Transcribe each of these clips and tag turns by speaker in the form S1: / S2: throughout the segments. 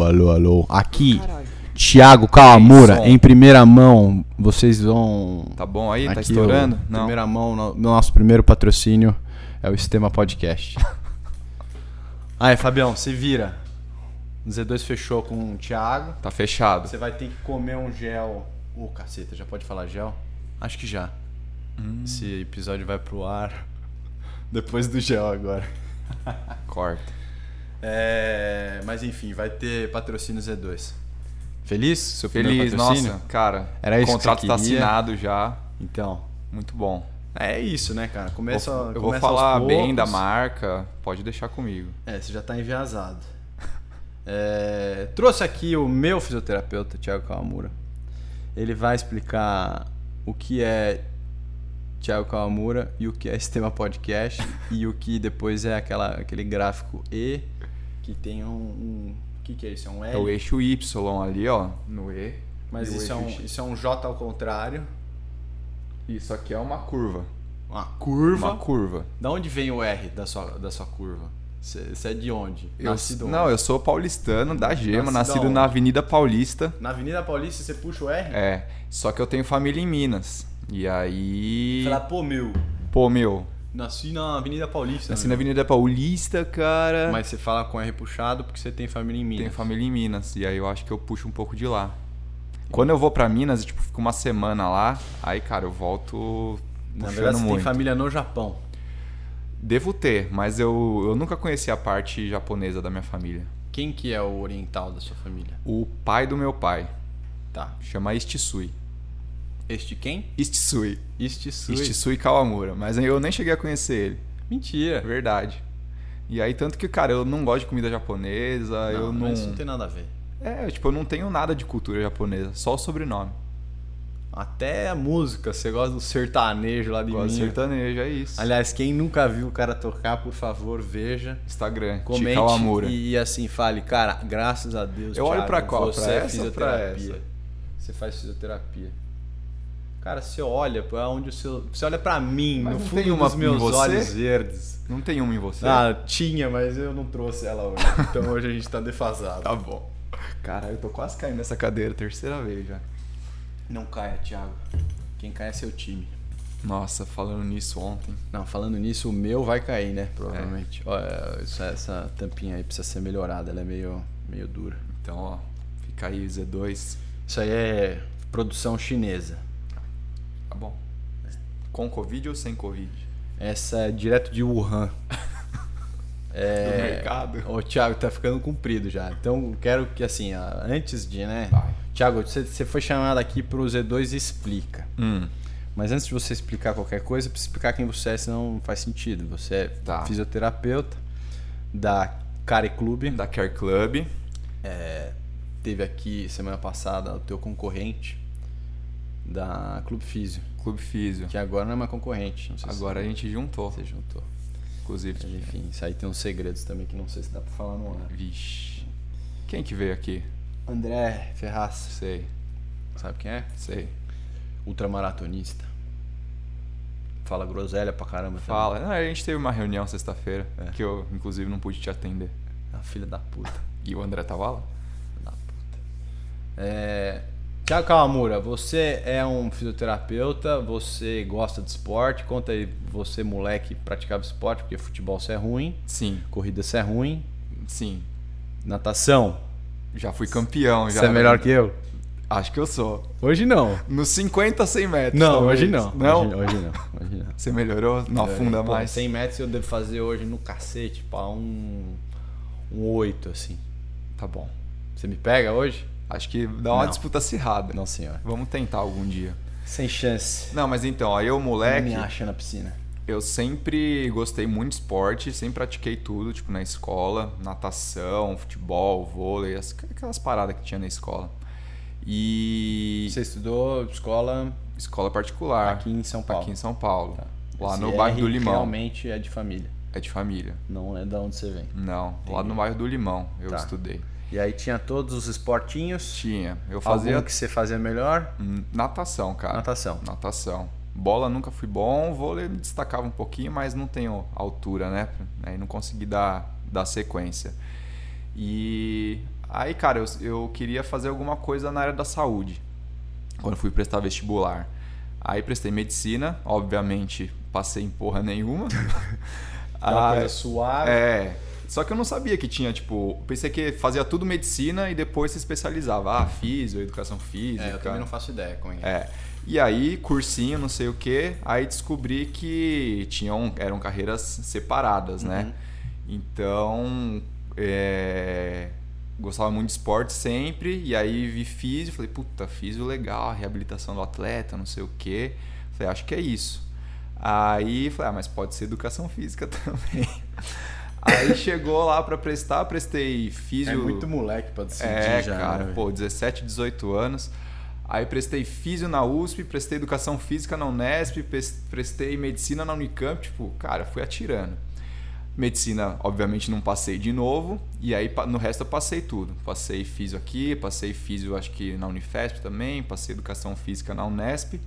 S1: alô, alô. Aqui, Thiago Kawamura,
S2: Som.
S1: em primeira mão, vocês vão.
S2: Tá bom aí? tá
S1: Aqui,
S2: estourando?
S1: ó,
S2: Não.
S1: Primeira mão, no- nosso primeiro patrocínio é o Sistema Podcast. Aí, Fabião, se vira. O Z2 fechou com o Thiago.
S2: Tá fechado.
S1: Você vai ter que comer um gel. Ô, caceta, já pode falar gel? Acho que já. Esse episódio vai pro ar depois do gel agora.
S2: Corta.
S1: É, mas enfim, vai ter patrocínio Z2. Feliz? Seu
S2: Feliz,
S1: primeiro patrocínio?
S2: nossa, cara.
S1: Era isso
S2: o
S1: que
S2: contrato
S1: você
S2: tá
S1: queria?
S2: assinado já.
S1: Então,
S2: Muito bom.
S1: é isso, né, cara?
S2: Vou-
S1: Começa,
S2: eu vou
S1: começa
S2: falar
S1: aos
S2: bem da
S1: poucos.
S2: marca. Pode deixar comigo.
S1: É, você já tá enviesado. É, trouxe aqui o meu fisioterapeuta, Thiago Kawamura. Ele vai explicar o que é Thiago Kawamura e o que é Sistema Podcast e o que depois é aquela, aquele gráfico E que tem um... um- o que, que é isso? É um L?
S2: É o eixo Y ali, ó. No E.
S1: Mas
S2: E o
S1: isso é,
S2: eixo
S1: um,
S2: X.
S1: isso é um J ao contrário.
S2: Isso aqui é uma curva.
S1: Uma curva.
S2: Uma curva.
S1: Da onde vem o R da sua, da sua curva? Você é de onde?
S2: Eu,
S1: Nascido onde?
S2: não, eu sou paulistano da Gema,
S1: Nascido
S2: nascido
S1: aonde?
S2: na Avenida Paulista.
S1: Na Avenida Paulista você puxa o R?
S2: É, só que eu tenho família em Minas. E aí.
S1: Fala, pô, meu,
S2: Pô, meu,
S1: nasci na Avenida Paulista.
S2: nasci
S1: meu.
S2: na Avenida Paulista, cara.
S1: Mas você fala com R puxado porque você tem família em Minas.
S2: Tenho família em Minas. E aí eu acho que eu puxo um pouco de lá. Quando eu vou pra Minas, eu, tipo, fico uma semana lá. Aí, cara, eu volto
S1: Na verdade,
S2: puxando
S1: você
S2: muito.
S1: tem família no Japão.
S2: Devo ter, mas eu, eu nunca conheci a parte japonesa da minha família.
S1: Quem que é o oriental da sua família?
S2: O pai do meu pai
S1: Tá.
S2: chama Istisui.
S1: Este quem?
S2: Istisui.
S1: Este Sui.
S2: Istisui Kawamura. Mas eu nem cheguei a conhecer ele.
S1: Mentira.
S2: É verdade. E aí, tanto que, cara, eu não gosto de comida japonesa, eu não.
S1: Isso não tem nada a ver.
S2: É, tipo, eu não tenho nada de cultura japonesa, só o sobrenome.
S1: Até a música, você gosta do sertanejo lá de
S2: Gosto de
S1: Minas.
S2: sertanejo, é isso.
S1: Aliás, quem nunca viu o cara tocar, por favor, veja.
S2: Instagram,
S1: Comente
S2: Chikawamura.
S1: e assim fale, cara, graças a Deus.
S2: Eu
S1: Thiago,
S2: olho pra qual?
S1: Você
S2: Pra
S1: é
S2: essa ou pra
S1: fisioterapia. Você faz fisioterapia. Cara, você olha pra onde o seu. Você olha pra mim,
S2: Mas
S1: no
S2: não
S1: fundo
S2: tem uma
S1: dos meus
S2: em você?
S1: olhos verdes.
S2: Não tem uma em você.
S1: Ah, tinha, mas eu não trouxe ela hoje. Então hoje a gente tá defasado.
S2: tá bom. Cara, eu tô quase caindo nessa cadeira, terceira vez já.
S1: Não caia, Thiago. Quem cai é seu time.
S2: Nossa, falando nisso ontem.
S1: Não, falando nisso, o meu vai cair, né? Provavelmente. Ó, é, isso- essa tampinha aí precisa ser melhorada, ela é meio, meio dura.
S2: Então, ó, fica aí Z2.
S1: Isso aí é produção chinesa.
S2: Tá bom. Com Covid ou sem Covid?
S1: Essa é direto de Wuhan.
S2: Do
S1: É.
S2: mercado.
S1: Ô, Thiago, tá ficando comprido já. Então, eu quero que, assim, ó, antes de, né?
S2: Vai.
S1: Thiago, você, você foi chamado aqui pro Z2 Explica.
S2: Hum,
S1: Mas antes de você explicar qualquer coisa, eu preciso explicar quem você é, senão não faz sentido. Você é
S2: Tá.
S1: fisioterapeuta da Care Clube.
S2: da Care Club.
S1: Teve aqui semana passada o teu concorrente da Clube Físio,
S2: Clube Físio.
S1: que agora não é mais concorrente. Não sei se
S2: Agora a gente juntou,
S1: você juntou. Mas,
S2: inclusive.
S1: enfim, isso aí tem uns segredos também que não sei se dá pra falar no ar.
S2: Vixe. Quem que veio aqui?
S1: André Ferraz,
S2: Sei,
S1: sabe quem é?
S2: sei.
S1: Ultramaratonista. Fala groselha pra caramba. também.
S2: Fala. Não, a gente teve uma reunião sexta-feira,
S1: É.
S2: que eu, inclusive, não pude te atender.
S1: A É filha da puta.
S2: E o André tava lá?
S1: Filha da puta. É... Tiago Kawamura, você é um fisioterapeuta, você gosta de esporte, conta aí, você moleque praticava esporte, porque futebol você é ruim,
S2: Sim,
S1: corrida você é ruim,
S2: sim.
S1: natação,
S2: Já fui campeão. Já
S1: você é melhor que eu?
S2: Acho que eu sou.
S1: Hoje não.
S2: Nos 50, 100 metros.
S1: Não,
S2: talvez.
S1: hoje não.
S2: Não?
S1: Hoje, hoje não, hoje não.
S2: Você melhorou? Não afunda
S1: É, Pô,
S2: mais.
S1: 100 metros eu devo fazer hoje no cacete, pá, um, um 8, assim.
S2: Tá bom.
S1: Você me pega hoje?
S2: Acho que dá uma
S1: Não.
S2: disputa acirrada.
S1: Não, senhora.
S2: Vamos tentar algum dia.
S1: Sem chance.
S2: Não, mas então, aí eu,
S1: Não
S2: moleque,
S1: me acha na piscina.
S2: eu sempre gostei muito de esporte, sempre pratiquei tudo, tipo, na escola, natação, futebol, vôlei, as- aquelas paradas que tinha na escola. E
S1: Você estudou escola
S2: escola particular,
S1: aqui em São Paulo. Tá.
S2: Ah, aqui em São Paulo, lá
S1: Esse
S2: no bairro
S1: R
S2: do Limão.
S1: Realmente é de família,
S2: É de família.
S1: não é da onde você vem.
S2: Não, lá no bairro do Limão eu
S1: Tá.
S2: estudei.
S1: E aí tinha todos os esportinhos.
S2: Tinha, eu
S1: Fazia
S2: fazia
S1: Algum que você fazia melhor?
S2: hum, natação, cara.
S1: Natação.
S2: Natação. Bola nunca fui bom, vôlei me destacava um pouquinho, mas não tenho altura, né? Aí não consegui dar, dar sequência. E Aí, cara, eu, eu queria fazer alguma coisa na área da saúde, quando fui prestar vestibular. Aí prestei medicina, obviamente passei em porra nenhuma.
S1: Aquela
S2: Aí-
S1: coisa suave.
S2: Ah, é. Só que eu não sabia que tinha, tipo, pensei que fazia tudo medicina e depois se especializava. Ah, físio, educação física.
S1: É, eu também não faço ideia como é. que é.
S2: É. E aí, cursinho, não sei o que, aí descobri que tinham, eram carreiras separadas, né?
S1: Uhum.
S2: Então, é, gostava muito de esporte sempre, e aí vi físio, falei, puta, físio legal, a reabilitação do atleta, não sei o que. Falei, acho que é isso. Aí falei, ah, mas pode ser educação física também. aí chegou lá pra prestar, prestei
S1: É
S2: físio.
S1: muito moleque pra decidir
S2: É,
S1: já.
S2: cara,
S1: né,
S2: pô, 17, 18 anos. Aí prestei físio na USP, prestei educação física na Unesp, pes- prestei medicina na Unicamp, tipo, cara, fui atirando. Medicina, obviamente, não passei de novo, e aí pa- no resto eu passei tudo. Passei físio aqui, passei físio acho que na Unifesp também, passei educação física na Unesp,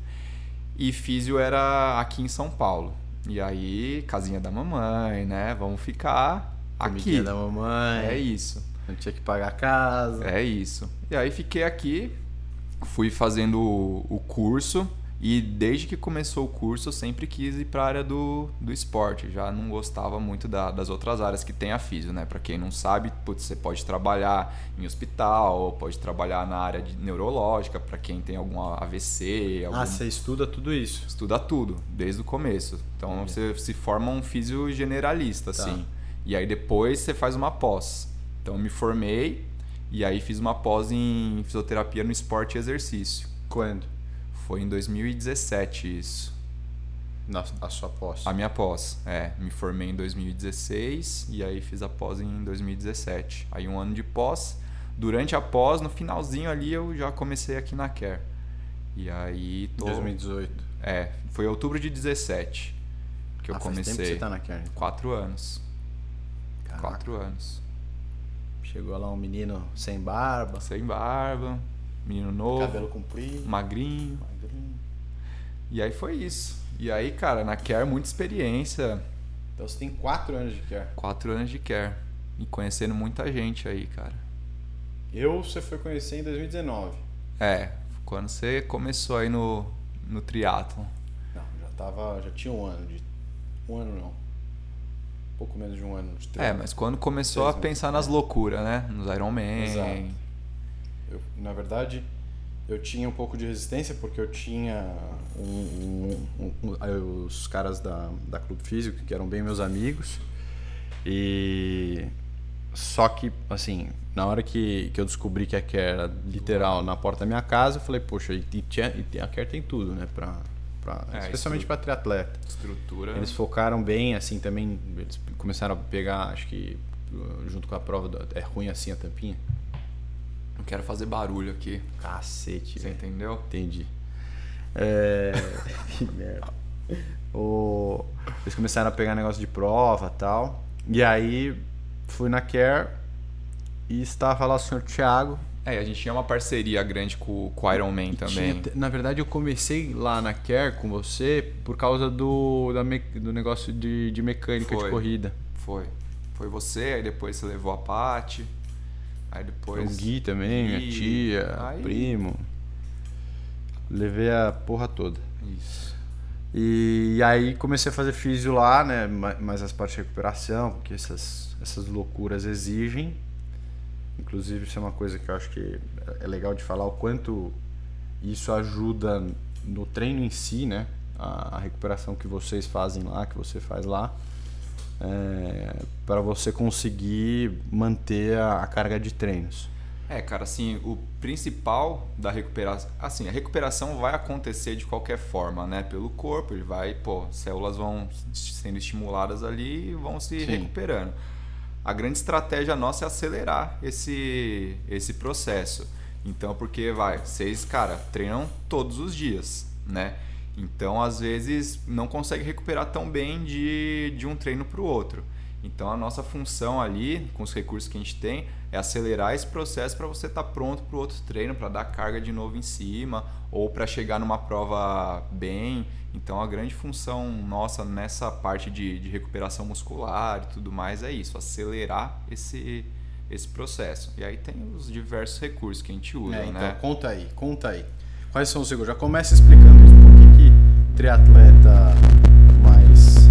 S2: e físio era aqui em São Paulo. E aí, casinha da mamãe, né? Vamos ficar
S1: Comidinha
S2: aqui.
S1: da
S2: É
S1: mamãe.
S2: isso.
S1: Não tinha que pagar a casa.
S2: É isso. E aí fiquei aqui, fui fazendo o o curso e desde que começou o curso eu sempre quis ir para a área do, do esporte. Já não gostava muito da- das outras áreas que tem a físio, né? Para quem não sabe, putz, você pode trabalhar em hospital, pode trabalhar na área de neurológica, para quem tem algum AVC, algum
S1: Ah, você estuda tudo isso.
S2: estuda tudo, desde o começo. Então você se forma um físio generalista,
S1: Tá.
S2: assim. E aí depois você faz uma pós. Então eu me formei e aí fiz uma pós em fisioterapia no esporte e exercício.
S1: Quando?
S2: Foi em 2017 isso.
S1: Na, a sua posse.
S2: A minha pós, é. Me formei em 2016 e aí fiz a pós em 2017. Aí um ano de pós. Durante a pós, no finalzinho ali, eu já comecei aqui na Care. E aí tô...
S1: 2018.
S2: É, foi em outubro de 17 que eu
S1: Ah, Faz tempo que
S2: comecei.
S1: você tá na Kern.
S2: Quatro anos.
S1: Caraca.
S2: Quatro anos.
S1: Chegou lá um menino sem barba,
S2: Sem barba, menino novo,
S1: cabelo comprido,
S2: magrinho.
S1: magrinho.
S2: E aí foi isso. E aí, cara, na Care, muita experiência.
S1: Então você tem quatro anos de Kern.
S2: Quatro anos de Care. E conhecendo muita gente aí, cara.
S1: Eu você foi conhecer em 2019.
S2: É, quando você começou aí no, no triatlon.
S1: Não, já tava. Já tinha um ano de. Um ano não. Pouco menos de um ano de
S2: É,
S1: treino.
S2: mas quando começou a
S1: Seis meses,
S2: pensar nas loucuras, né? Nos Iron Man.
S1: Exato. Eu, na verdade, eu tinha um pouco de resistência porque eu tinha um- um- um- um- aí os caras da, da Clube Físico, que eram bem meus amigos. E só que, assim, na hora que, que eu descobri que a Care era literal na porta da minha casa, eu falei, poxa, e, e tinha- e tem- a Care tem tudo, né? Pra, pra,
S2: É,
S1: especialmente
S2: isso- É.
S1: para triatleta.
S2: Estrutura.
S1: Eles focaram bem, assim, também. Eles começaram a pegar, acho que uh, junto com a prova, do- é ruim assim a tampinha?
S2: Não quero fazer barulho aqui.
S1: Cacete,
S2: Você
S1: velho.
S2: entendeu?
S1: Entendi. É... que merda. O... Eles começaram a pegar negócio de prova e tal. E aí fui na Care e estava lá o senhor Thiago.
S2: É, e a gente tinha uma parceria grande com, com o Iron Man também.
S1: Tinha- na verdade, eu comecei lá na Care com você por causa do, da me- do negócio de, de mecânica
S2: Foi.
S1: de corrida.
S2: Foi. Foi você, aí depois você levou a Paty. Aí depois.
S1: O Gui também, minha
S2: Gui.
S1: tia,
S2: Aí-
S1: primo. Levei a porra toda.
S2: Isso.
S1: E aí comecei a fazer físio lá, né? ma- Mas as partes de recuperação, porque essas, essas loucuras exigem. Inclusive, isso é uma coisa que eu acho que é legal de falar, o quanto isso ajuda no treino em si, né? A, a recuperação que vocês fazem lá, que você faz lá, é, para você conseguir manter a, a carga de treinos.
S2: É, cara, assim, o principal da recuperação. Assim, a recuperação vai acontecer de qualquer forma, né? Pelo corpo, ele vai, pô, células vão sendo estimuladas ali e vão se
S1: Sim.
S2: recuperando. A grande estratégia nossa é acelerar esse, esse processo. Então, porque vai, vocês, cara, treinam todos os dias, né? Então, às vezes, não consegue recuperar tão bem de, de um treino para o outro. Então, a nossa função ali, com os recursos que a gente tem, é acelerar esse processo para você estar pronto para o outro treino, para dar carga de novo em cima, ou para chegar numa prova bem. Então, a grande função nossa nessa parte de, de recuperação muscular e tudo mais é isso, acelerar esse, esse processo. E aí tem os diversos recursos que a gente usa,
S1: É, então,
S2: né?
S1: conta aí, conta aí. Quais são os seguros? Já começa explicando isso. Por que, que triatleta mais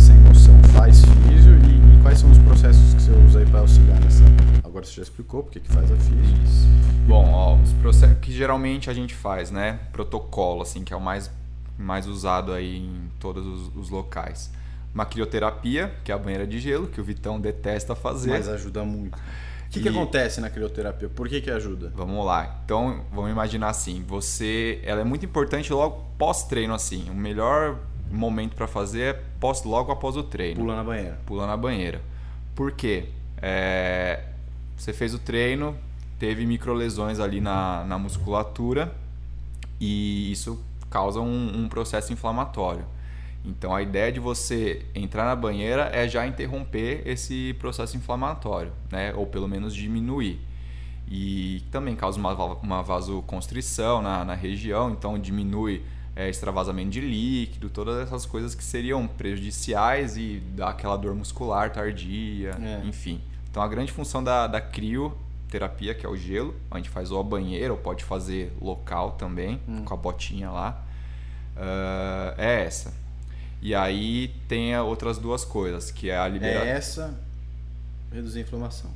S1: sem noção faz físio e, e quais são os processos que você usa aí para auxiliar nessa. Agora você já explicou por que que faz a físio.
S2: Bom, ó, os processos que geralmente a gente faz, né? Protocolo, assim, que é o mais, mais usado aí em todos os, os locais. Uma crioterapia, que é a banheira de gelo, que o Vitão detesta fazer.
S1: Mas ajuda muito. O que, que
S2: E-
S1: acontece na crioterapia? Por que, que ajuda?
S2: Vamos lá. Então, vamos imaginar assim, você, ela é muito importante logo pós treino assim. O melhor momento para fazer é pós logo após o treino.
S1: Pula na banheira.
S2: Pula na banheira. Por quê? É, você fez o treino, teve microlesões ali na, na musculatura e isso causa um, um processo inflamatório. Então a ideia de você entrar na banheira é já interromper esse processo inflamatório, né? Ou pelo menos diminuir. E também causa uma, va- uma vasoconstrição na, na região, então diminui é, extravasamento de líquido, todas essas coisas que seriam prejudiciais e dá aquela dor muscular tardia,
S1: É.
S2: enfim. Então a grande função da, da crioterapia, que é o gelo, a gente faz ou a banheira, ou pode fazer local também, com a botinha lá, ah, é essa. E aí tem a- outras duas coisas, que é a liberação.
S1: É essa reduzir a inflamação.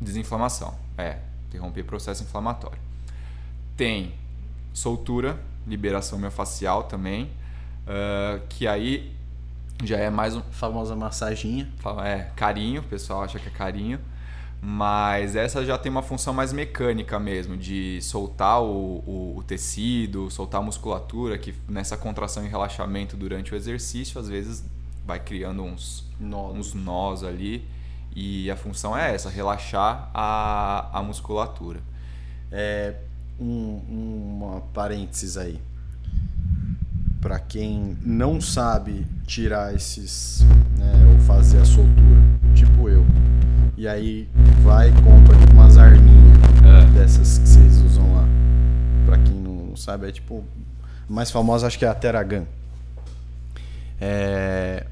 S2: Desinflamação, é. Interromper processo inflamatório. Tem soltura, liberação miofascial também, ah, que aí já é mais um.
S1: A famosa massaginha.
S2: fala- É, carinho, o pessoal acha que é carinho, mas essa já tem uma função mais mecânica mesmo, de soltar o, o- o tecido, soltar a musculatura, que nessa contração e relaxamento durante o exercício, às vezes vai criando uns,
S1: Nódulos.
S2: uns nós ali. E a função é essa, relaxar a, a musculatura.
S1: um, uma parênteses aí. Pra quem não sabe tirar esses, né, ou fazer a soltura, tipo eu. E aí vai e compra tipo, umas arminhas dessas que vocês usam lá. Pra quem não sabe, é tipo. A mais famosa acho que é a Teragan. É,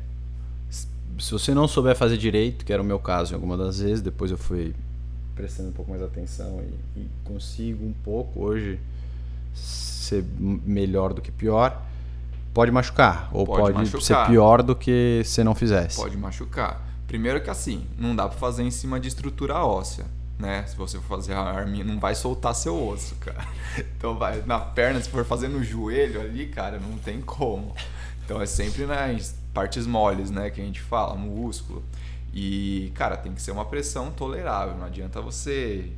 S1: s- se você não souber fazer direito, que era o meu caso em alguma das vezes, depois eu fui prestando um pouco mais atenção e, e consigo um pouco hoje ser m- melhor do que pior, pode machucar. Ou pode,
S2: Pode machucar.
S1: ser pior do que se não fizesse.
S2: Pode machucar. Primeiro que assim, não dá pra fazer em cima de estrutura óssea, né? Se você for fazer a arminha, não vai soltar seu osso, cara. Então vai na perna, se for fazer no joelho ali, cara, não tem como. Então é sempre nas partes moles, né, que a gente fala, músculo. E, cara, tem que ser uma pressão tolerável, não adianta você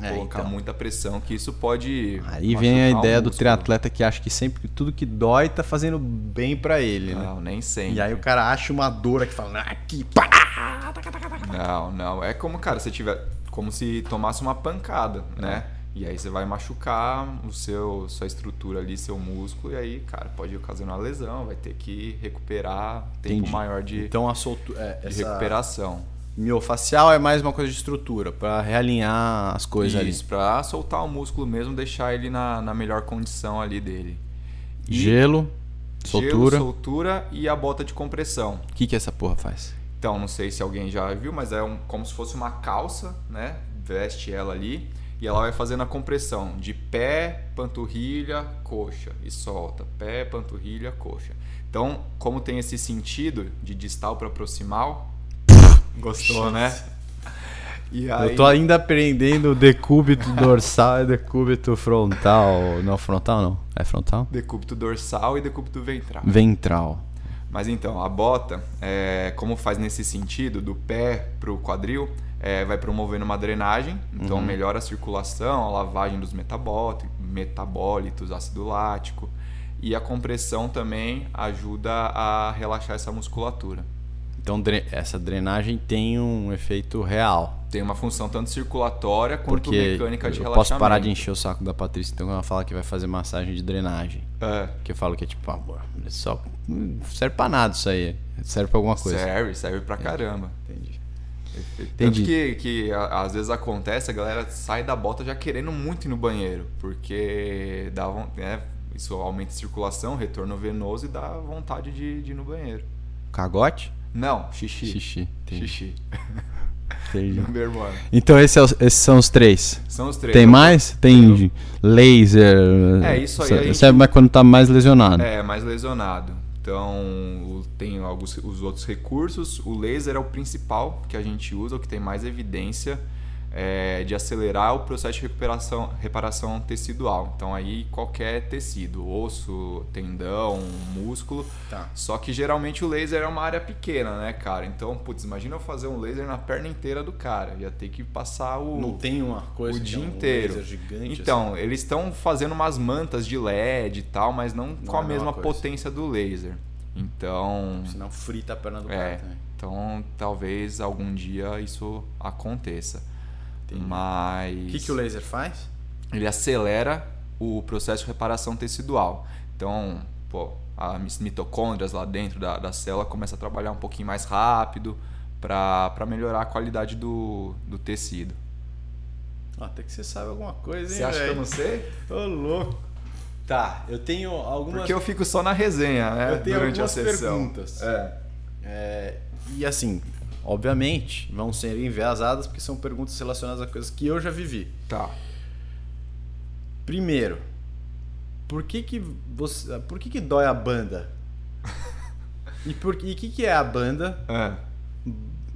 S1: É,
S2: colocar
S1: então.
S2: muita pressão, que isso pode
S1: Aí vem a
S2: machucar o
S1: ideia do
S2: músculo.
S1: triatleta que acha que sempre que tudo que dói tá fazendo bem pra ele, né?
S2: Não, nem sempre.
S1: E aí o cara acha uma dor aqui fala, ah, que pá!
S2: Não, não. É como, cara, você tiver. Como se tomasse uma pancada,
S1: É.
S2: né? E aí você vai machucar o seu, sua estrutura ali, seu músculo, e aí, cara, pode ocasionar lesão, vai ter que recuperar tempo
S1: Entendi.
S2: maior de,
S1: Então a soltura. É,
S2: de
S1: essa
S2: recuperação.
S1: miofacial é mais uma coisa de estrutura, pra realinhar as coisas ali.
S2: Isso, pra soltar o músculo mesmo, deixar ele na, na melhor condição ali dele. E
S1: Gelo,
S2: gelo,
S1: soltura. O
S2: soltura e a bota de compressão.
S1: que, que essa porra faz?
S2: Então, não sei se alguém já viu, mas é um- como se fosse uma calça, né? Veste ela ali e ela vai fazendo a compressão de pé, panturrilha, coxa e solta. Pé, panturrilha, coxa. Então, como tem esse sentido de distal para proximal, gostou, né? E
S1: Eu tô ainda aprendendo o decúbito dorsal e decúbito frontal. Não, frontal não. É frontal?
S2: decúbito dorsal e decúbito ventral.
S1: Ventral.
S2: Mas então, a bota, é, como faz nesse sentido, do pé pro quadril, é, vai promovendo uma drenagem, então
S1: Uhum.
S2: melhora a circulação, a lavagem dos metabólitos, metabólitos, ácido lático, e a compressão também ajuda a relaxar essa musculatura.
S1: Então dre- essa drenagem tem um efeito real.
S2: Tem uma função tanto circulatória quanto
S1: Porque
S2: mecânica de
S1: eu
S2: relaxamento.
S1: posso parar de encher o saco da Patrícia então quando ela fala que vai fazer massagem de drenagem.
S2: É,
S1: Que eu falo que é tipo, ah, amor, só não serve pra nada isso aí. Serve pra alguma coisa. É.
S2: serve, serve pra caramba.
S1: Entendi.
S2: Tanto
S1: Entendi.
S2: que, que a- às vezes acontece, a galera sai da bota já querendo muito ir no banheiro, porque dá, von- né, isso aumenta a circulação, retorno venoso e dá vontade de, de ir no banheiro.
S1: Cagote?
S2: Não, xixi.
S1: Xixi. entendi.
S2: Xixi.
S3: Entendi.
S2: Number one.
S3: Então esse é os- esses são os três.
S2: São os três.
S3: Tem
S2: Eu-
S3: mais? Tem laser.
S2: É, isso aí a
S3: Serve
S2: gente-
S3: mais quando tá mais lesionado.
S2: É, mais lesionado. Então, o- tem alguns os outros recursos. O laser é o principal que a gente usa, o que tem mais evidência é, de acelerar o processo de recuperação, reparação tecidual. Então, aí qualquer tecido, osso, tendão, músculo.
S1: Tá.
S2: Só que geralmente o laser é uma área pequena, né, cara? Então, putz, imagina eu fazer um laser na perna inteira do cara. Ia ter que passar o.
S1: Não tem uma coisa
S2: o
S1: que
S2: dia
S1: é um
S2: inteiro.
S1: laser gigante.
S2: Então, eles estão fazendo umas mantas de LED e tal, mas não,
S1: é
S2: com
S1: a
S2: a mesma
S1: mesma coisa.
S2: potência do laser. Então,
S1: assim, senão frita a perna do
S2: é,
S1: cara também.
S2: então talvez algum dia isso aconteça. Mas
S1: O que, que o laser faz?
S2: ele acelera o processo de reparação tecidual. Então, pô, as mitocôndrias lá dentro da, da célula começa a trabalhar um pouquinho mais rápido para melhorar a qualidade do, do tecido.
S1: Ó, até que você sabe alguma coisa, hein,
S2: Você acha que eu
S1: velho?
S2: não sei?
S1: Ô, louco. Tá, eu tenho algumas...
S2: Porque eu fico só na resenha, né?
S1: Eu tenho
S2: durante a
S1: algumas
S2: sessão.
S1: perguntas.
S2: É.
S1: É, e assim, obviamente, vão ser enviesadas porque são perguntas relacionadas a coisas que eu já vivi.
S2: Tá.
S1: Primeiro, por que que você, por que que dói a banda? E por e que que é a banda?
S2: É.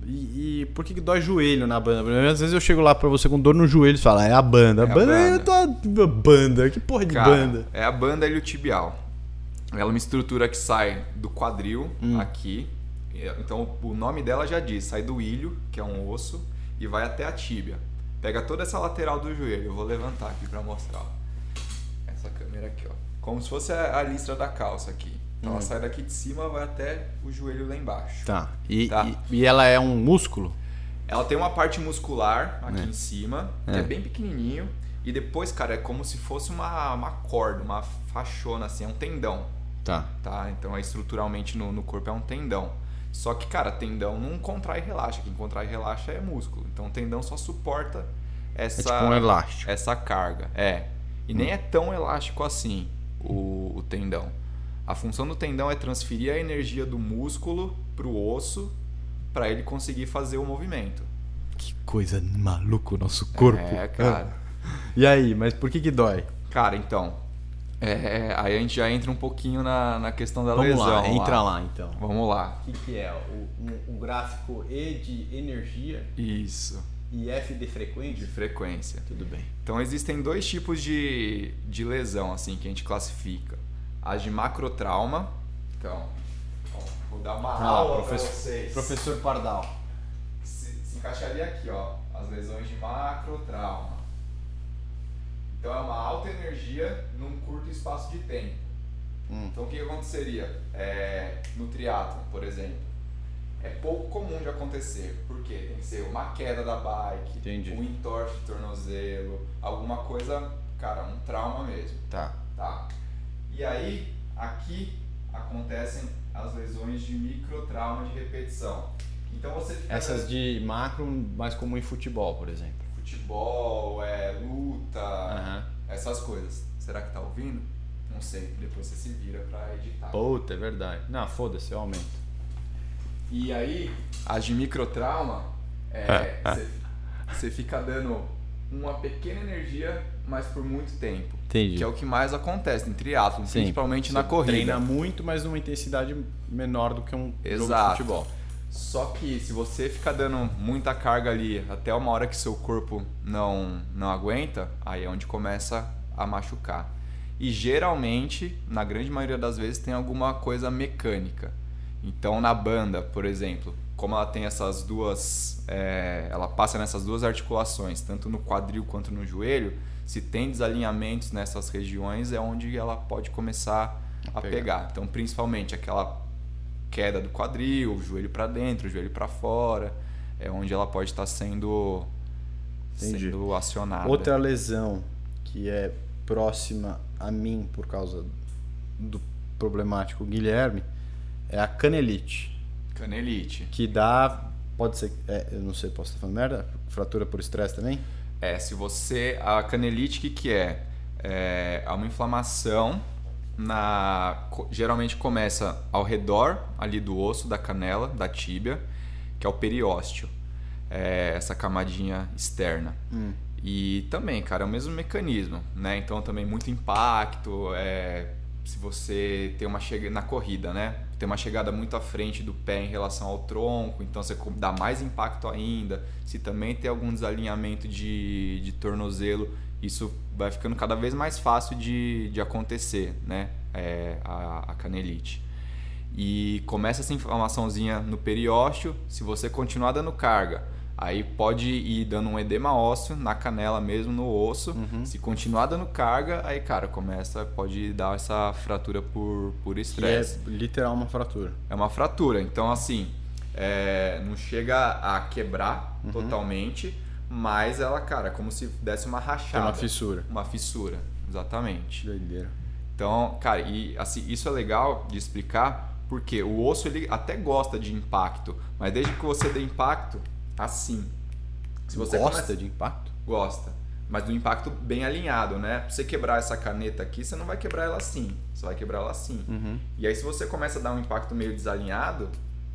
S1: E, e por que que dói joelho na banda? Porque Às vezes eu chego lá pra você com dor no joelho e fala, é a banda. A
S2: É a
S1: banda,
S2: banda.
S1: eu tô banda. Que porra de
S2: Cara,
S1: banda?
S2: é a banda iliotibial. Ela é uma estrutura que sai do quadril
S1: Hum.
S2: aqui. Então o nome dela já diz, sai do ilho, que é um osso, e vai até a tíbia. Pega toda essa lateral do joelho. Eu vou levantar aqui pra mostrar. ó. Essa câmera aqui, ó. Como se fosse a, a listra da calça aqui. Então ela sai daqui de cima, vai até o joelho lá embaixo.
S1: Hum. Tá. E,
S2: Tá.
S1: e- e ela é um músculo?
S2: Ela tem uma parte muscular aqui em cima, que é. bem pequenininho. E depois, cara, é como se fosse uma, uma corda, uma fachona, assim, é um tendão,
S1: Tá.
S2: tá? Então, é estruturalmente no, no corpo é um tendão. Só que, cara, tendão não contrai e relaxa. Quem contrai e relaxa é músculo. Então, o tendão só suporta essa,
S1: É tipo um elástico. Hum.
S2: essa carga. É. E nem é tão elástico assim o, o tendão. A função do tendão é transferir a energia do músculo pro osso para ele conseguir fazer o movimento.
S1: é- Que coisa maluca o nosso corpo. Ah.
S2: É, cara.
S1: E aí, mas por que que dói?
S2: Cara, então. é, aí a gente já entra um pouquinho na, na questão da
S1: Vamos
S2: lesão.
S1: lá, entra lá então.
S2: Vamos lá.
S1: O que, que é? O, um, um gráfico E de energia
S2: Isso.
S1: e F de frequência?
S2: De frequência.
S1: Tudo bem.
S2: Então existem dois tipos de, de lesão assim que a gente classifica. As de macrotrauma. Então, ó, vou dar uma aula pra vocês.
S1: Ah, professor Pardal.
S2: se, se encaixaria aqui, ó, as lesões de macrotrauma. Então é uma alta energia num curto espaço de tempo.
S1: Hum.
S2: Então o que aconteceria é, no triatlon, por exemplo? É pouco comum de acontecer, porque tem que ser uma queda da bike,
S1: Entendi.
S2: um entorse de tornozelo, alguma coisa, cara, um trauma mesmo
S1: Tá.
S2: tá? E aí, aqui acontecem as lesões de microtrauma de repetição. Então você fica
S1: Essas de macro, mais comum em futebol, por exemplo.
S2: futebol, é luta,
S1: Aham.
S2: essas coisas. Será que tá ouvindo? Não sei, depois você se vira pra editar.
S1: Puta, é verdade. Não, foda-se, eu aumento.
S2: E aí, as de microtrauma,
S1: Ah,
S2: é, você- você fica dando uma pequena energia, mas por muito tempo.
S1: Entendi.
S2: Que é o que mais acontece em triatlon,
S1: Sim.
S2: principalmente na
S1: Você
S2: corrida.
S1: Treina muito, mas numa intensidade menor do que um jogo de
S2: Exato.
S1: futebol.
S2: Só que se você ficar dando muita carga ali até uma hora que seu corpo não, não aguenta, aí é onde começa a machucar. E geralmente, na grande maioria das vezes, tem alguma coisa mecânica. Então, na banda, por exemplo, como ela tem essas duas. é, ela passa nessas duas articulações, tanto no quadril quanto no joelho, se tem desalinhamentos nessas regiões, é onde ela pode começar a
S1: Pegar.
S2: pegar. Então, principalmente aquela queda do quadril, o joelho para dentro, o joelho para fora, é onde ela pode estar sendo
S1: Entendi.
S2: sendo acionada.
S1: Outra lesão que é próxima a mim por causa do problemático Guilherme é a canelite,
S2: canelite.
S1: que dá, pode ser, é, eu não sei, posso estar falando merda, fratura por estresse também?
S2: É, se você a canelite que que é? É é uma inflamação na co- geralmente começa ao redor ali do osso da canela, da tíbia, que é o periósteo. é, essa camadinha externa.
S1: Hum.
S2: E também, cara, é o mesmo mecanismo, né? Então também muito impacto, é, se você tem uma chegada na corrida, né? Tem uma chegada muito à frente do pé em relação ao tronco, então você co- dá mais impacto ainda. Se também tem algum desalinhamento de, de tornozelo, isso vai ficando cada vez mais fácil de, de acontecer, né? É, a, a canelite. E começa essa inflamaçãozinha no periósteo, se você continuar dando carga, aí pode ir dando um edema ósseo na canela mesmo, no osso.
S1: Uhum.
S2: Se continuar dando carga, aí, cara, começa, pode dar essa fratura por, por
S1: Que é
S2: estresse.
S1: literal uma fratura.
S2: É uma fratura. Então, assim, é, não chega a quebrar
S1: Uhum.
S2: totalmente, mas ela, cara, é como se desse uma
S1: Tem
S2: rachada.
S1: é uma fissura.
S2: Uma fissura, exatamente.
S1: Doideira.
S2: Então, cara, e assim, isso é legal de explicar, porque o osso ele até gosta de impacto, mas desde que você dê impacto, assim. Se você
S1: Gosta
S2: começa-
S1: de impacto?
S2: Gosta. Mas do impacto bem alinhado, né? Pra você quebrar essa caneta aqui, você não vai quebrar ela assim. Você vai quebrar ela assim.
S1: Uhum.
S2: E aí, se você começa a dar um impacto meio desalinhado,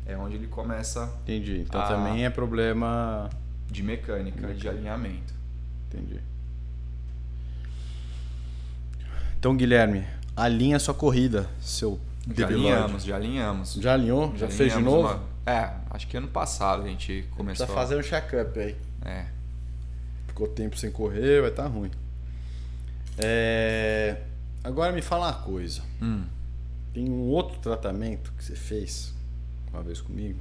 S2: é onde ele começa
S1: Entendi. Então
S2: Ah.
S1: também é problema.
S2: de mecânica, de alinhamento.
S1: Entendi. Então, Guilherme, alinha sua corrida, seu
S2: Já
S1: debilóide.
S2: alinhamos, já alinhamos.
S1: Já alinhou? Já, fez de novo?
S2: alinhamos uma- É, acho que ano passado a gente começou.
S1: Precisa
S2: a
S1: fazer um check-up aí.
S2: É.
S1: Ficou tempo sem correr, vai estar ruim. É, Agora me fala uma coisa.
S2: Hum.
S1: Tem um outro tratamento que você fez uma vez comigo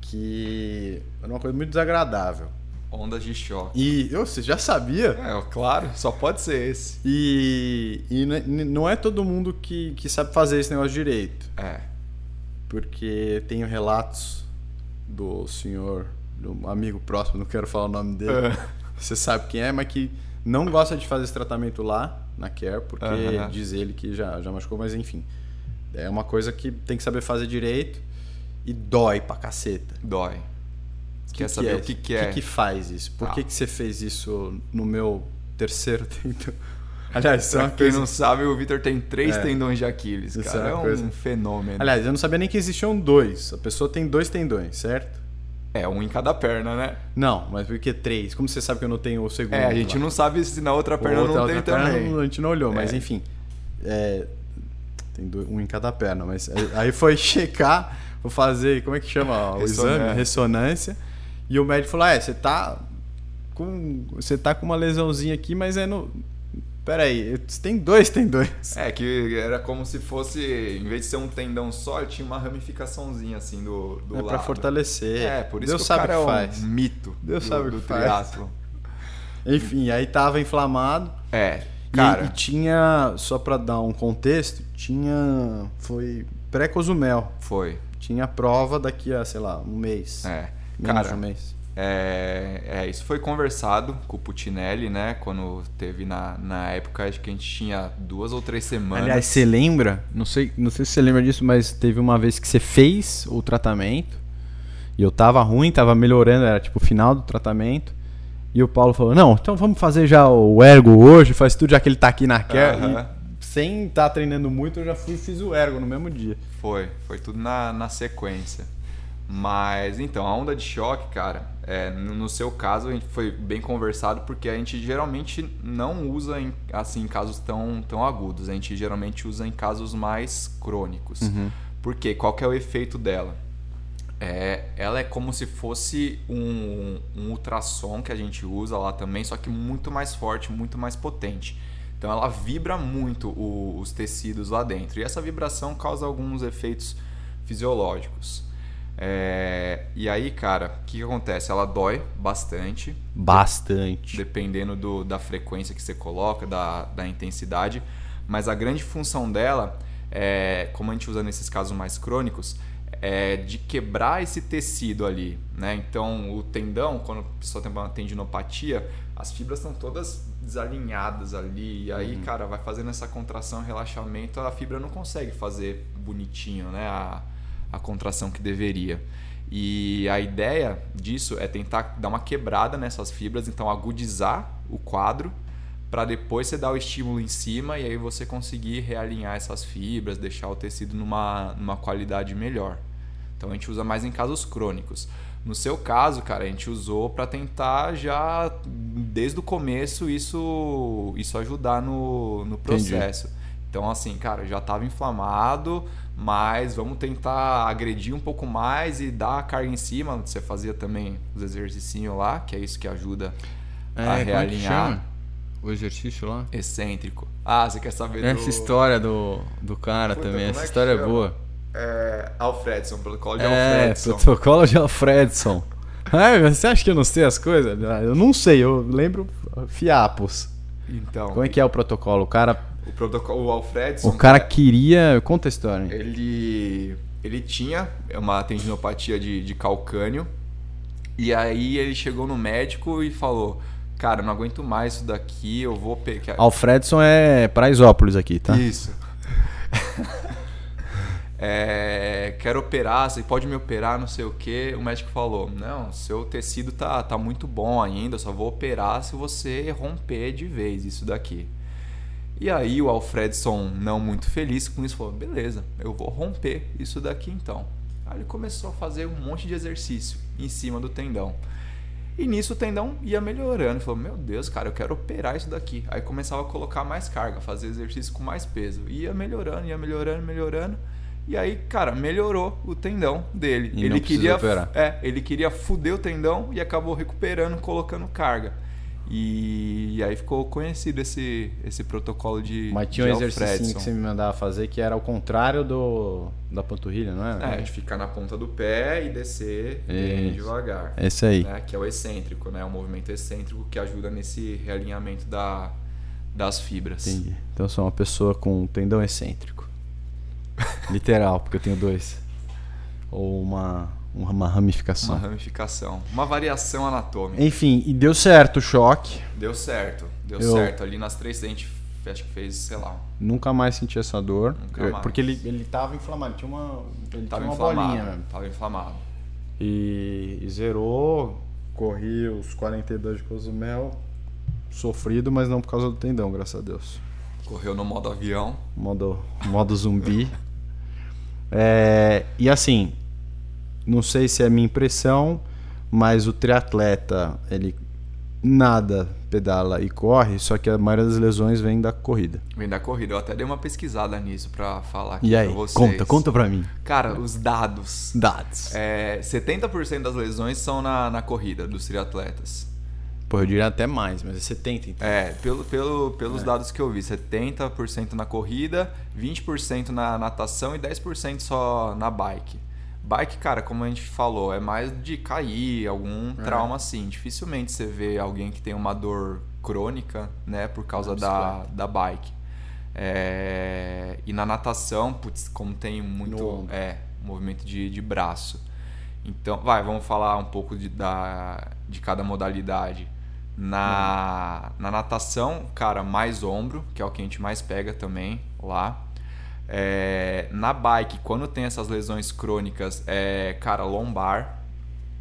S1: que era uma coisa muito desagradável.
S2: Ondas de choque.
S1: E eu, você já sabia?
S2: É, claro, só pode ser esse.
S1: E, e n- n- não é todo mundo que, que sabe fazer esse negócio direito.
S2: É.
S1: Porque tenho relatos do senhor, de um amigo próximo, não quero falar o nome dele.
S2: É.
S1: Você sabe quem é, mas que não gosta de fazer esse tratamento lá na Care, porque
S2: Aham.
S1: diz ele que já, já machucou, mas enfim. É uma coisa que tem que saber fazer direito e dói pra caceta.
S2: Dói. Quer saber
S1: é?
S2: o que, que
S1: O
S2: é?
S1: que, que faz isso? Por
S2: Tá.
S1: que, que você fez isso no meu terceiro tento? Aliás, isso é uma
S2: Pra quem
S1: coisa...
S2: não sabe, o Vitor tem três tendões de Aquiles,
S1: É. Isso
S2: cara.
S1: é
S2: É,
S1: uma
S2: um
S1: coisa-
S2: fenômeno.
S1: Aliás, eu não sabia nem que existiam dois. A pessoa tem dois tendões, certo?
S2: É, um em cada perna, né?
S1: Não, mas por que três? Como você sabe que eu não tenho o segundo?
S2: É, a gente
S1: lá?
S2: não sabe se na outra perna
S1: Outra-
S2: não tem
S1: outra perna
S2: também.
S1: não- a gente não olhou, mas
S2: É.
S1: enfim. É, tem dois- um em cada perna, mas aí- aí foi checar, vou fazer, como é que chama? O exame,
S2: Ressonância.
S1: ressonância. E o médico falou: ah, é, você tá com. Você tá com uma lesãozinha aqui, mas é no. Peraí, você tem dois, tem dois.
S2: É, que era como se fosse, em vez de ser um tendão só, tinha uma ramificaçãozinha assim do, do
S1: é
S2: lado.
S1: pra fortalecer.
S2: É, por isso
S1: Deus
S2: que
S1: sabe
S2: o cara
S1: o que
S2: é um
S1: faz.
S2: mito
S1: Deus
S2: do,
S1: sabe o que
S2: do
S1: faz.
S2: triatlo.
S1: Enfim, aí tava inflamado.
S2: É,
S1: E-
S2: cara.
S1: E, tinha, só pra dar um contexto, tinha. Foi pré-Cozumel.
S2: Foi.
S1: Tinha prova daqui a, sei lá, um mês.
S2: É.
S1: Menos
S2: Cara,
S1: de um mês.
S2: É, é, isso foi conversado com o Putinelli, né? Quando teve na, na época, acho que a gente tinha duas ou três semanas.
S4: Aliás, você lembra? Não sei, não sei se você lembra disso, mas teve uma vez que você fez o tratamento e eu tava ruim, tava melhorando, era tipo o final do tratamento. E o Paulo falou: Não, então vamos fazer já o ergo hoje, faz tudo já que ele tá aqui na quer.
S2: Aham.
S4: E sem estar tá treinando muito, eu já fui e fiz o ergo no mesmo dia.
S2: Foi, foi tudo na, na sequência. Mas então, a onda de choque, cara, é, no no seu caso a gente foi bem conversado porque a gente geralmente não usa em assim, em casos tão, tão agudos, a gente geralmente usa em casos mais crônicos.
S4: Uhum.
S2: Porque qual que é o efeito dela? É, ela é como se fosse um, um ultrassom que a gente usa lá também, só que muito mais forte, muito mais potente. Então ela vibra muito o- os tecidos lá dentro. E essa vibração causa alguns efeitos fisiológicos. É, e aí, cara, o que, que acontece? Ela dói bastante,
S4: Bastante.
S2: dependendo do- da frequência que você coloca, da, da intensidade. Mas a grande função dela, é, como a gente usa nesses casos mais crônicos, é de quebrar esse tecido ali. Né? Então, o tendão, quando a pessoa tem uma tendinopatia, as fibras estão todas desalinhadas ali. E aí, cara, vai fazendo essa contração, relaxamento, a fibra não consegue fazer bonitinho né? a, a contração que deveria. E a ideia disso é tentar dar uma quebrada nessas fibras, então agudizar o quadro para depois você dar o estímulo em cima e aí você conseguir realinhar essas fibras, deixar o tecido numa, numa qualidade melhor. Então a gente usa mais em casos crônicos. No seu caso, cara, a gente usou para tentar já desde o começo isso isso ajudar no, no processo. Então, assim, cara, já estava inflamado, mas vamos tentar agredir um pouco mais e dar a carga em cima. Você fazia também os exercícios lá, que é isso que ajuda a
S1: É, como é que
S2: realinhar.
S1: chama? O exercício lá?
S2: Excêntrico. Ah, você quer saber do...
S1: É Essa história do, do cara
S2: Puta,
S1: também,
S2: como
S1: essa
S2: é que
S1: história é
S2: chama?
S1: boa.
S2: É, Alfredson, protocolo de
S1: É,
S2: Alfredson.
S1: protocolo de Alfredson. Ai, você acha que eu não sei as coisas? Ah, Eu não sei, eu lembro fiapos.
S2: Então,
S1: Como é que é o protocolo? O cara,
S2: o protocolo o Alfredson,
S1: o cara queria. Conta a história. hein?
S2: ele ele tinha uma tendinopatia de, de calcânio e aí ele chegou no médico e falou, cara, eu não aguento mais isso daqui, eu vou pegar
S1: Alfredson é Paraisópolis aqui, tá?
S2: Isso. É, quero operar, você pode me operar, não sei o que. O médico falou: Não, seu tecido tá, tá muito bom ainda, eu só vou operar se você romper de vez isso daqui. E aí o Alfredson, não muito feliz com isso, falou: Beleza, eu vou romper isso daqui então. Aí ele começou a fazer um monte de exercício em cima do tendão. E nisso o tendão ia melhorando. Ele Falou, meu Deus, cara, eu quero operar isso daqui. Aí começava a colocar mais carga, fazer exercício com mais peso. Ia melhorando, ia melhorando, melhorando. E aí, cara, melhorou o tendão dele.
S1: E
S2: ele
S1: não precisou
S2: queria
S1: operar.
S2: É, ele queria fuder o tendão e acabou recuperando, colocando carga. E, aí ficou conhecido esse, esse protocolo de
S1: Mas tinha um
S2: de
S1: exercício
S2: Alfredson.
S1: que você me mandava fazer que era o contrário do da panturrilha, não era?
S2: É, de ficar na ponta do pé e descer bem
S1: Isso.
S2: devagar.
S1: É isso aí.
S2: né, que é o excêntrico, né? O movimento excêntrico que ajuda nesse realinhamento da, das fibras.
S1: Entendi. Então eu sou uma pessoa com um tendão excêntrico. Literal, porque eu tenho dois. Ou uma, uma ramificação.
S2: Uma ramificação, uma variação anatômica.
S1: Enfim, e deu certo o choque.
S2: Deu certo, deu
S1: Eu-
S2: certo. Ali nas três dentes, acho que fez, sei lá.
S1: Nunca mais senti essa dor.
S2: Nunca
S1: Eu-
S2: mais.
S1: Porque ele, ele tava inflamado, tinha uma, ele
S2: Tava
S1: tinha uma bolinha
S2: inflamado.
S1: mesmo.
S2: Tava inflamado.
S1: E, e zerou, corri os 42 de Cozumel. Sofrido, mas não por causa do tendão, graças a Deus.
S2: Correu no modo avião.
S1: modo, modo zumbi. É, e assim, não sei se é minha impressão, mas o triatleta, ele nada, pedala e corre, só que a maioria das lesões vem da corrida.
S2: Vem da corrida. Eu até dei uma pesquisada nisso pra falar aqui
S1: E aí,
S2: pra vocês.
S1: conta, conta pra mim.
S2: Cara, os dados.
S1: Dados.
S2: É, 70% das lesões são na, na corrida dos triatletas.
S1: Pô, eu diria até mais, mas é 70 então.
S2: É, pelo, pelo, pelos dados que eu vi, 70% na corrida, 20% na natação e 10% só na bike. Bike, cara, como a gente falou, é mais de cair, algum trauma assim. Dificilmente você vê alguém que tem uma dor crônica, né, por causa da, da bike. É, e na natação, putz, como tem muito
S1: No ombro.
S2: é, movimento de, de braço. Então, vai, vamos falar um pouco de, da, de cada modalidade. Na,
S1: Uhum.
S2: na natação, cara, mais ombro, que é o que a gente mais pega também lá. É, na bike, quando tem essas lesões crônicas, é, cara, lombar,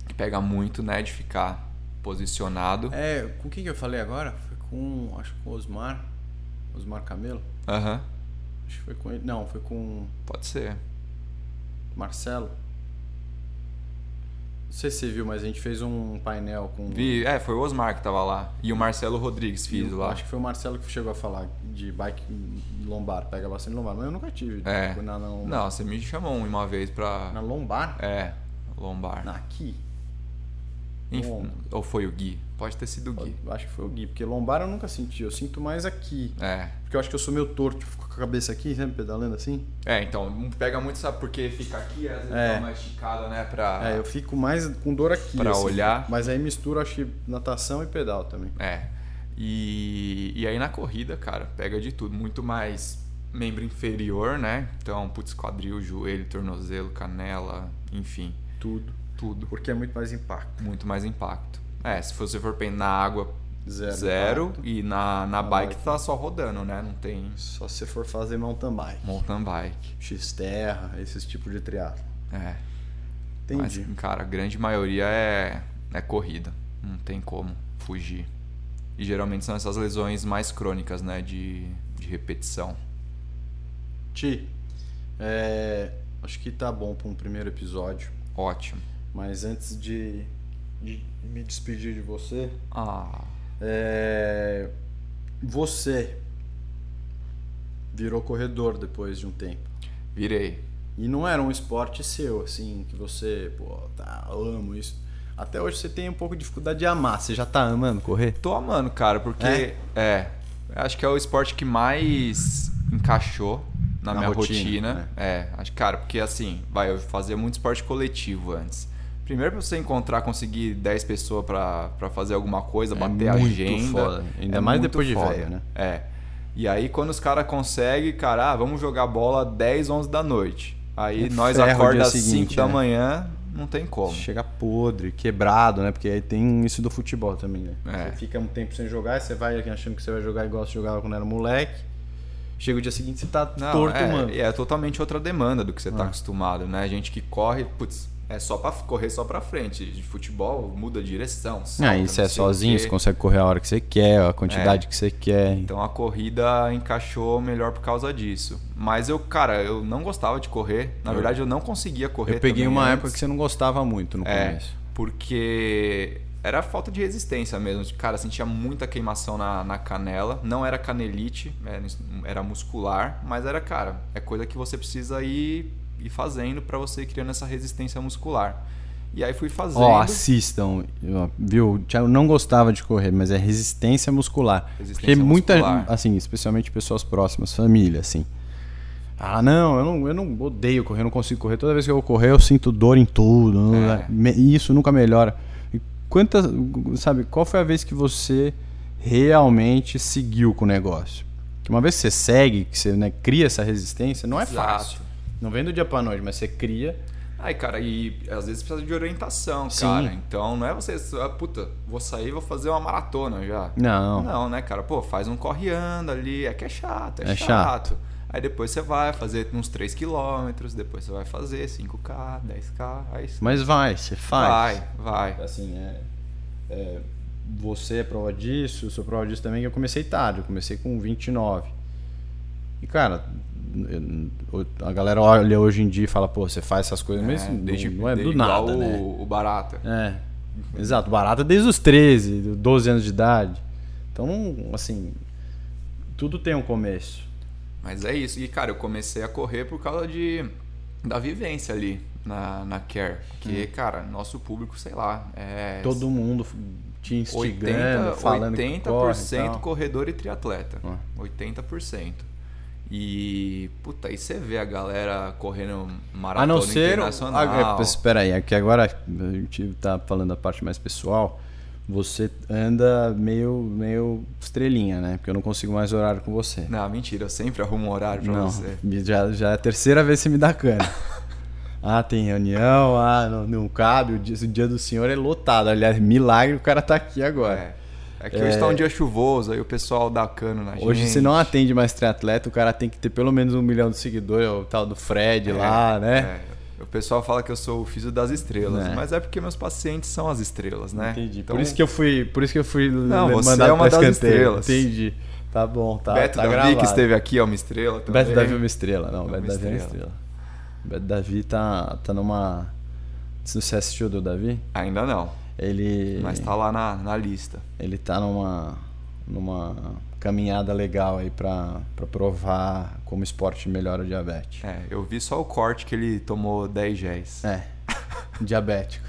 S2: que pega muito, né, de ficar posicionado.
S1: É, com quem que eu falei agora? Foi com, acho que com o Osmar, Osmar Camelo.
S2: Aham,
S1: Acho que foi com ele, não, foi com
S2: pode ser.
S1: Marcelo. Não sei se você viu, mas a gente fez um painel com.
S2: Vi, é, foi o Osmar que tava lá. E o Marcelo Rodrigues fiz
S1: Eu
S2: lá.
S1: Acho que foi o Marcelo que chegou a falar de bike lombar, pega bastante lombar. Mas eu nunca tive.
S2: É.
S1: tipo, na, na lombar.
S2: Não, você me chamou uma vez pra.
S1: Na lombar?
S2: É, lombar.
S1: Na aqui?
S2: Enfim,
S1: Bom.
S2: ou foi o Gui? Pode ter sido o Gui.
S1: Eu Acho que foi o Gui, porque lombar eu nunca senti. Eu sinto mais aqui.
S2: É.
S1: Porque eu acho que eu sou meio torto, fico com a cabeça aqui, sempre pedalando assim.
S2: É, então, pega muito, sabe, porque fica aqui, às vezes
S1: É.
S2: dá uma esticada, né, pra...
S1: É, eu fico mais com dor aqui.
S2: Pra
S1: assim.
S2: olhar.
S1: Mas aí misturo, acho que natação e pedal também.
S2: É. E, e aí na corrida, cara, pega de tudo. Muito mais membro inferior, né? Então, putz, quadril, joelho, tornozelo, canela, enfim,
S1: Tudo.
S2: tudo.
S1: Porque é muito mais impacto.
S2: Muito mais impacto. É, se você for bem na água,
S1: Zero.
S2: zero.
S1: impacto.
S2: e na, na
S1: Na
S2: bike
S1: bike.
S2: tá só rodando, né? Não tem
S1: Só se você for fazer mountain bike.
S2: mountain bike.
S1: X-terra, esses tipos de triatlo.
S2: É.
S1: Entendi.
S2: Mas, cara, a grande maioria é, é corrida. Não tem como fugir. E geralmente são essas lesões mais crônicas, né? De, de repetição.
S1: Ti, é, acho que tá bom pra um primeiro episódio.
S2: Ótimo.
S1: Mas antes de, de me despedir de você,
S2: Ah.
S1: é, você virou corredor depois de um tempo.
S2: Virei.
S1: E não era um esporte seu, assim, que você, pô, tá, eu amo isso. Até hoje você tem um pouco de dificuldade de amar. Você já tá amando correr?
S2: Tô amando, cara, porque é. eu acho que é o esporte que mais encaixou na,
S1: Na
S2: minha
S1: rotina, né?
S2: rotina. É, acho, cara, porque assim, vai, eu fazia muito esporte coletivo antes. Primeiro pra você encontrar, conseguir 10 pessoas pra pra fazer alguma coisa, bater a
S1: É muito
S2: agenda.
S1: foda. Ainda É mais
S2: muito
S1: depois de
S2: foda.
S1: velho, né?
S2: É. E aí quando os caras conseguem, cara, ah, vamos jogar bola 10, 11 da noite. Aí
S1: É
S2: nós
S1: ferro o dia
S2: acorda às 5
S1: seguinte,
S2: da
S1: né?
S2: manhã, não tem como.
S1: Chega podre, quebrado, né? Porque aí tem isso do futebol também, né?
S2: É.
S1: Você fica um tempo sem jogar, aí você vai achando que você vai jogar igual você jogava quando era moleque. Chega o dia seguinte, você tá
S2: Não,
S1: torto, É.
S2: é,
S1: mano.
S2: É totalmente outra demanda do que você tá acostumado, né? A gente que corre, putz, é só pra correr só pra frente. De futebol muda a direção. salta,
S1: Ah, e você
S2: não
S1: é
S2: sei o
S1: sozinho,
S2: quê.
S1: você consegue correr a hora que você quer, a quantidade que você quer.
S2: Então a corrida encaixou melhor por causa disso. Mas eu, cara, eu não gostava de correr. Na verdade, eu não conseguia correr.
S1: Eu peguei
S2: também
S1: uma
S2: antes.
S1: época que você não gostava muito no
S2: É,
S1: começo.
S2: porque era falta de resistência mesmo. Cara, sentia muita queimação na, na canela. Não era canelite, era, era muscular, mas era, cara, é coisa que você precisa ir, ir fazendo pra você ir criando essa resistência muscular. E aí fui fazendo.
S1: Ó, assistam, ó, viu? O Thiago não gostava de correr, mas é resistência muscular. Porque
S2: Resistência
S1: muita,
S2: muscular.
S1: assim, especialmente pessoas próximas, família, assim. Ah, não, eu não, eu não odeio correr, eu não consigo correr. Toda vez que eu vou correr, eu sinto dor em tudo.
S2: É.
S1: Me- E isso nunca melhora. E quantas, sabe, qual foi a vez que você realmente seguiu com o negócio? Que uma vez que você segue, que você né, cria essa resistência, não é
S2: Exato.
S1: fácil. Não vem do dia pra noite, mas você cria.
S2: Ai, cara, e às vezes precisa de orientação,
S1: Sim.
S2: cara. Então não é você, ah, puta, vou sair, vou fazer uma maratona já.
S1: Não.
S2: Não, né, cara? Pô, faz um corre anda ali. É que é chato, é,
S1: É
S2: chato. Aí depois você vai fazer uns 3 km, depois você vai fazer 5K, 10K, aí você
S1: Mas vai, você faz.
S2: vai, vai.
S1: assim, é, é, você é prova disso, eu sou prova disso também, que eu comecei tarde, eu comecei com 29. E, cara, eu- a galera olha hoje em dia e fala, pô, você faz essas coisas, mas
S2: É,
S1: não,
S2: desde-
S1: não é
S2: desde
S1: do
S2: igual
S1: nada,
S2: o,
S1: né?
S2: o Barata.
S1: É, exato, barata desde os 13, 12 anos de idade. Então, assim, tudo tem um começo.
S2: Mas é isso. E, cara, eu comecei a correr por causa de da vivência ali na, na Care. Porque, cara, nosso público, sei lá, é...
S1: Hum. Todo mundo te instigando, falando que
S2: 80%
S1: corre e tal.
S2: corredor e triatleta.
S1: Ah.
S2: 80%. E, puta, aí você vê a galera correndo
S1: A
S2: maratona
S1: não ser.
S2: internacional.
S1: Ah, é, Espera aí, é que agora a gente tá falando da parte mais pessoal. Você anda meio, meio estrelinha, né? Porque eu não consigo mais horário com você.
S2: Não, mentira, eu sempre arrumo um horário pra
S1: Não,
S2: você.
S1: me- já, já é a terceira vez que você me dá cana. ah, tem reunião, ah, não, não cabe, o dia, o dia do senhor é lotado. Aliás, milagre o cara tá aqui agora.
S2: É, é que hoje tá um dia chuvoso, aí o pessoal dá cano na gente.
S1: Hoje você não atende mais triatleta, o cara tem que ter pelo menos um milhão de seguidores, o tal do Fred lá, né?
S2: É, O pessoal fala que eu sou o físio das estrelas,
S1: Né.
S2: mas é porque meus pacientes são as estrelas, né?
S1: Entendi.
S2: Então,
S1: por isso que eu fui, por isso que eu fui
S2: Não,
S1: le-
S2: você
S1: mandado
S2: é uma
S1: pra
S2: das
S1: escanteio.
S2: estrelas.
S1: Entendi. Tá bom, tá.
S2: Beto
S1: tá
S2: Davi,
S1: gravado.
S2: que esteve aqui, é uma estrela também.
S1: Beto Davi é uma estrela, não,
S2: É uma
S1: Beto Davi é uma
S2: estrela.
S1: estrela. Beto Davi tá tá numa se você assistiu do Davi,
S2: Ainda não,
S1: ele
S2: mas tá lá na, na lista.
S1: ele tá numa numa caminhada legal aí pra pra provar como esporte melhora o diabetes.
S2: É, eu vi só o corte que ele tomou 10 géis.
S1: É. Diabético.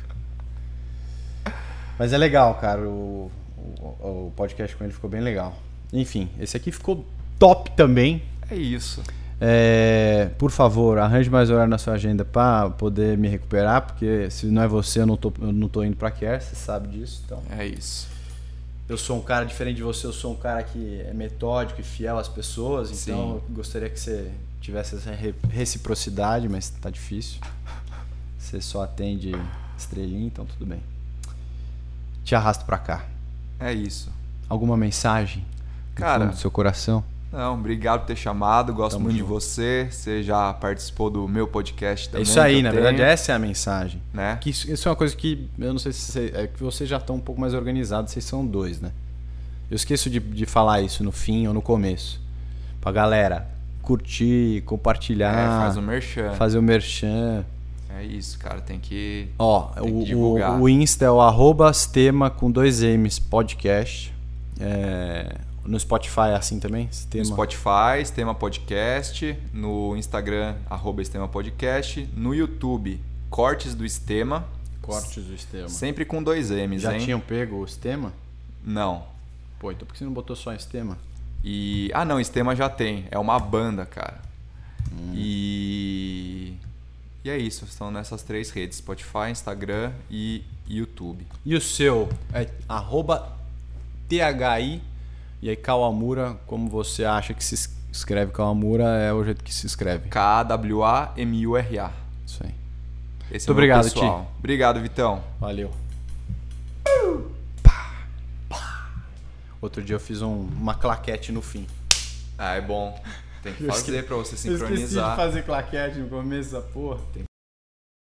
S1: Mas é legal, cara. O, o, o podcast com ele ficou bem legal. Enfim, esse aqui ficou top também.
S2: É isso.
S1: É, por favor, arranje mais horário na sua agenda pra poder me recuperar, porque se não é você, eu não tô, eu não tô indo pra Care, você sabe disso. Então.
S2: É isso.
S1: Eu sou um cara diferente de você, eu sou um cara que é metódico e fiel às pessoas, então
S2: Sim.
S1: eu gostaria que você tivesse essa re- reciprocidade, mas tá difícil. Você só atende estrelinha, então tudo bem. Te arrasto pra cá.
S2: É isso.
S1: Alguma mensagem? do
S2: Cara.
S1: fundo do seu coração?
S2: Não, obrigado por ter chamado. Gosto
S1: Tamo
S2: muito de
S1: junto.
S2: você. Você já participou do meu podcast
S1: É
S2: também.
S1: isso aí,
S2: que eu
S1: na verdade,
S2: tenho,
S1: essa é a mensagem.
S2: Né?
S1: Que isso, isso é uma coisa que eu não sei se você, é que vocês já estão um pouco mais organizados, vocês são dois, né? Eu esqueço de, de falar isso no fim ou no começo. Pra galera curtir,
S2: É,
S1: compartilhar,
S2: faz o merchan.
S1: fazer o merchan.
S2: É É isso, cara. Tem que.
S1: Ó,
S2: Tem que
S1: o,
S2: divulgar.
S1: o, o Insta é o arroba Stema com dois M's podcast. É, no Spotify é assim também? Stema.
S2: No Spotify, Estema Podcast. No Instagram, arroba Estema Podcast. No YouTube, Cortes do Estema.
S5: Cortes do sistema.
S2: Sempre com dois M's,
S1: Já um.
S2: hein?
S1: tinham pego o Stema?
S2: Não.
S1: Pô, então por que você não botou só em Stema?
S2: E. Ah, não, Estema já tem. É uma banda, cara. Hum. E. E é isso. Estão nessas três redes: Spotify, Instagram e YouTube.
S1: E o seu é arroba THI e aí Kawamura, como você acha que se es- escreve Kawamura, é o jeito que se escreve.
S2: K-A-W-A-M-U-R-A.
S1: Isso aí. Muito
S2: Esse é o meu
S1: obrigado,
S2: pessoal. Obrigado, Vitão.
S1: Valeu. Outro dia eu fiz um- uma claquete no fim.
S2: Ah, é bom. Tem que
S1: Eu esque-
S2: fazer pra você
S1: Eu esqueci de
S2: sincronizar.
S1: fazer claquete no começo da porra.
S2: Tem